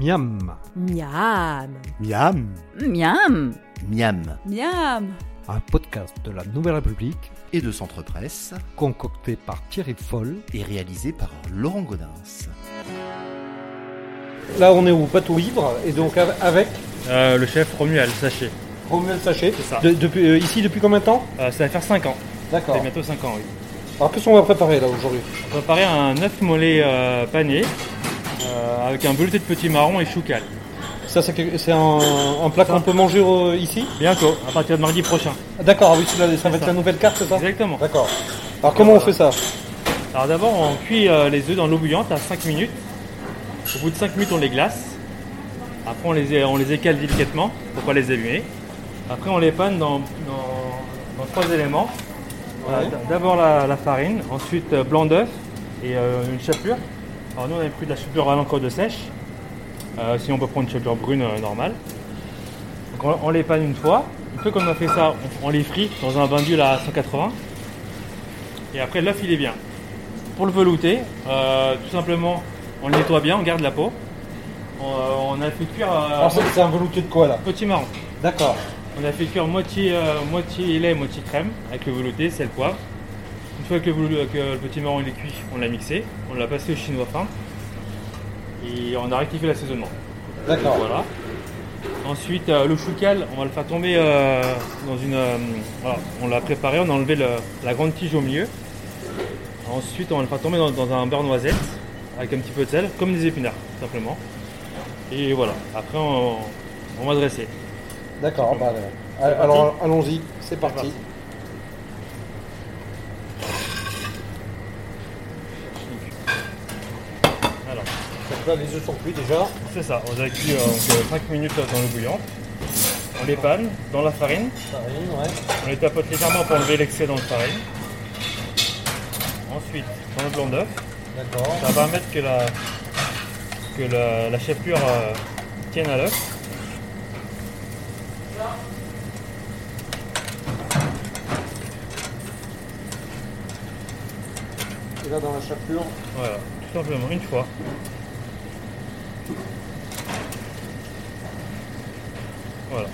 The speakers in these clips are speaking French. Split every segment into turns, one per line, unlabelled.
Miam.
Miam.
Miam.
Miam.
Miam
Miam.
Un podcast de la Nouvelle République
et de Centre Presse
concocté par Thierry Foll.
est réalisé par Laurent Godin.
Là, on est au bateau ivre et donc av- avec
Euh, le chef Romuald, sachez.
Romuald Sachet.
C'est ça.
De- depuis, euh, ici, depuis combien de temps
Euh, ça va faire 5 ans.
D'accord.
C'est bientôt 5 ans, oui.
Alors, qu'est-ce qu'on va préparer là aujourd'hui
On va préparer un œuf mollet euh, pané euh, avec un velouté de petits marrons et choucal.
Ça, c'est quelque- c'est un, un plat qu'on peut manger euh, ici
Bientôt, à partir de mardi prochain.
D'accord, ah oui, c'est la- ça va être
ça.
la nouvelle carte, c'est ça
Exactement.
D'accord. Alors, comment on fait ça
Alors d'abord, on cuit euh, les œufs dans l'eau bouillante à 5 minutes. Au bout de 5 minutes, on les glace. Après, on les, euh, on les écale délicatement pour pas les abîmer. Après, on les panne dans, dans, dans trois éléments. Voilà, d- D'abord la, la farine, ensuite euh, blanc d'œuf et euh, une chapelure. Alors nous, on avait pris de la chapelure à l'encre de sèche. Euh, sinon, on peut prendre une chapelure brune euh, normale. Donc on, on les panne une fois. Une fois qu'on a fait ça, on, on les frit dans un bain d'huile à 180. Et après, l'œuf, il est bien. Pour le velouter, euh, tout simplement, on le nettoie bien, on garde la peau. On, on a fait cuire euh,
Alors, c'est c'est un velouté de quoi là
petit marron.
D'accord.
On a fait cuire moitié, euh, moitié lait, moitié crème avec le velouté, sel, poivre. Une fois que le, velou- que le petit marron il est cuit, on l'a mixé, on l'a passé au chinois fin et on a rectifié l'assaisonnement.
D'accord.
Voilà. Ensuite, euh, le choucal, on va le faire tomber euh, dans une. euh, voilà, on l'a préparé, on a enlevé le- la grande tige au milieu. Ensuite, on va le faire tomber dans, dans un beurre noisette avec un petit peu de sel, comme des épinards, tout simplement. Et voilà. Après, on, on va dresser.
D'accord. bah, euh, alors, allons-y. C'est parti.
parti. Alors,
Donc là, les œufs sont cuits déjà.
c'est ça. On a cuit 5 minutes dans le bouillon. On les panne dans la farine.
Farine, ouais.
On les tapote légèrement pour enlever l'excès dans la farine. Ensuite, dans le blanc d'œuf.
D'accord.
Ça va permettre que la, que la, la chapelure euh, tienne à l'œuf.
Et là, dans la chapelure.
Voilà, tout simplement, une fois. Voilà.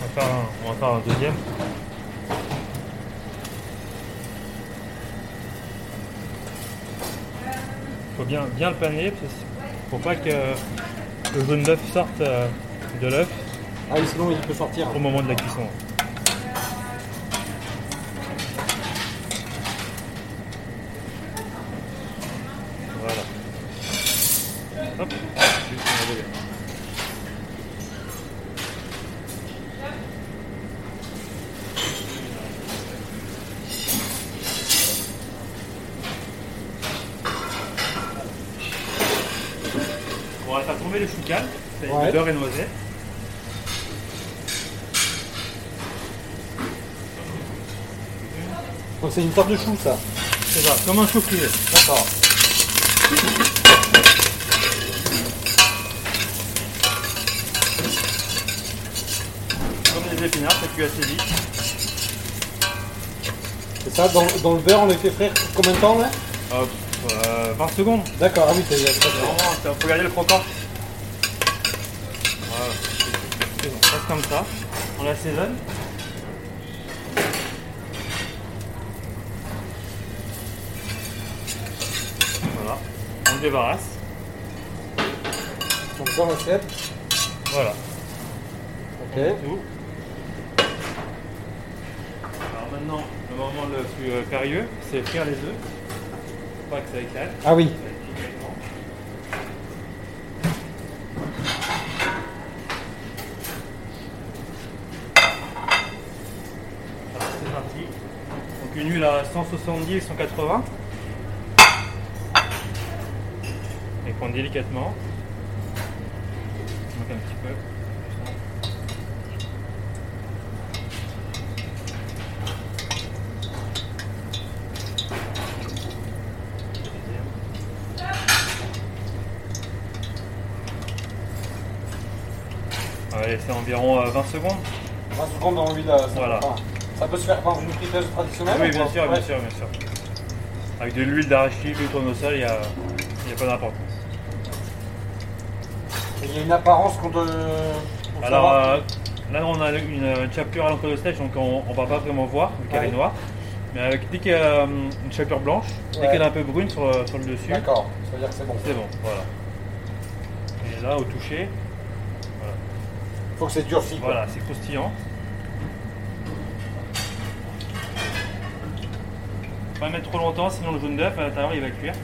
On va faire un, on va faire un deuxième. faut bien, bien le paner parce que- pour pas que le jaune d'œuf sorte euh, de l'œuf
Ah oui, sinon, il peut sortir.
au moment de la cuisson. Voilà. Hop. Juste on revient. On va faire tomber le choucal, c'est
Ouais.
beurre et noisette.
Donc, c'est une tarte de chou, ça.
C'est ça, comme un chou frisé.
D'accord.
Comme les épinards, ça cuit assez vite.
Et ça, dans, dans le beurre, on les fait frire combien de temps là
Hop, euh, 20 secondes.
D'accord, ah oui, c'est c'est-
Vraiment, ça- faut garder le croquant. Voilà. C'est bon, on passe comme ça. On l'assaisonne. Voilà. On le débarrasse.
Donc, dans l'assiette.
Voilà.
Ok.
Tout. Alors maintenant, le moment le plus euh, périlleux, c'est frire les œufs. Faut Pas que ça éclate.
Ah oui.
Alors, c'est parti. Donc une huile à 170 et 180. Et qu'on délicatement. Donc un petit peu. On va laisser Ah, environ euh, 20 secondes.
20 secondes dans l'huile, euh, ça,
Voilà.
enfin, ça peut se faire dans une friteuse traditionnelle
Oui,
ou
bien
pas
sûr,
Ah, Ouais.
bien sûr, bien sûr. Avec de l'huile d'arachide, du tournesol, il n'y a, il y a pas d'importance.
Il y a une apparence qu'on doit. faut
Alors
savoir.
euh, là on a une euh, chapelure à l'entrée de stage donc on, on va pas vraiment voir vu qu'elle
Ouais.
est noire. Mais avec, dès qu'il y a euh, une chapelure blanche, dès
Ouais.
qu'elle est un peu brune sur, euh, sur le dessus,
D'accord, ça veut dire que c'est bon.
c'est bon, voilà. Et là au toucher,
Faut que c'est durci. quoi.
voilà, c'est croustillant. Faut pas mettre trop longtemps sinon le jaune d'œuf à l'intérieur il va cuire.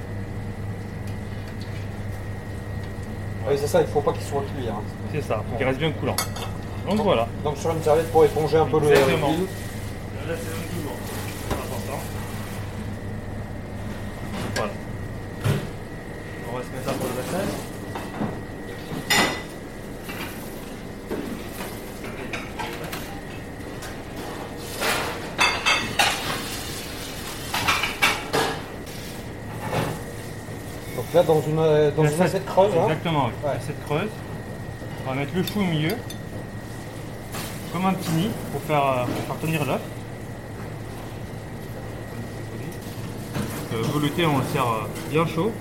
Oui, c'est ça, il faut pas qu'il soit cuit. hein.
C'est ça, faut qu'il reste bien coulant. Donc voilà.
Donc sur une serviette pour éponger un peu le
Exactement.
l'huile.
Là, c'est même plus lourd. C'est important. Voilà. On va se mettre ça pour le passage.
Donc là, dans une, euh, dans une assiette creuse, hein.
Exactement, oui.
Ouais.
Assiette creuse. On va mettre le chou au milieu. Comme un petit nid pour faire, euh, pour faire tenir l'œuf. Euh, velouté, on le sert euh, bien chaud.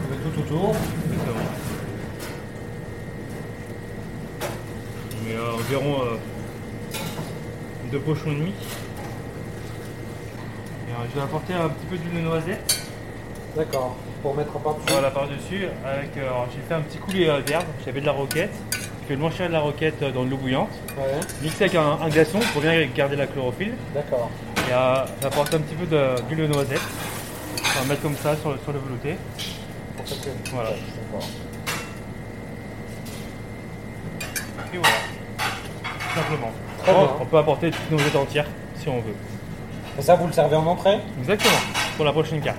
on met tout autour.
Exactement. Mais euh, environ euh, deux pochons et demi. Et, euh, je vais apporter un petit peu d'huile de noisette
D'accord, pour mettre par-dessus.
voilà, par-dessus. Avec, euh, alors, j'ai fait un petit coulis euh, d'herbe, j'avais de la roquette. Je vais blanchir de la roquette euh, dans de l'eau bouillante.
Ouais,
Mixer avec un, un glaçon pour bien garder la chlorophylle.
d'accord.
Et euh, j'apporte un petit peu de- d'huile de noisette. On va mettre comme ça sur, le- sur le velouté.
Pour ça que-
Voilà.
D'accord.
Et voilà. Tout Simplement.
Très
Oh,
bien.
On peut apporter toutes nos noisettes entières si on veut.
Et ça, vous le servez en entrée
Exactement. Pour la prochaine carte.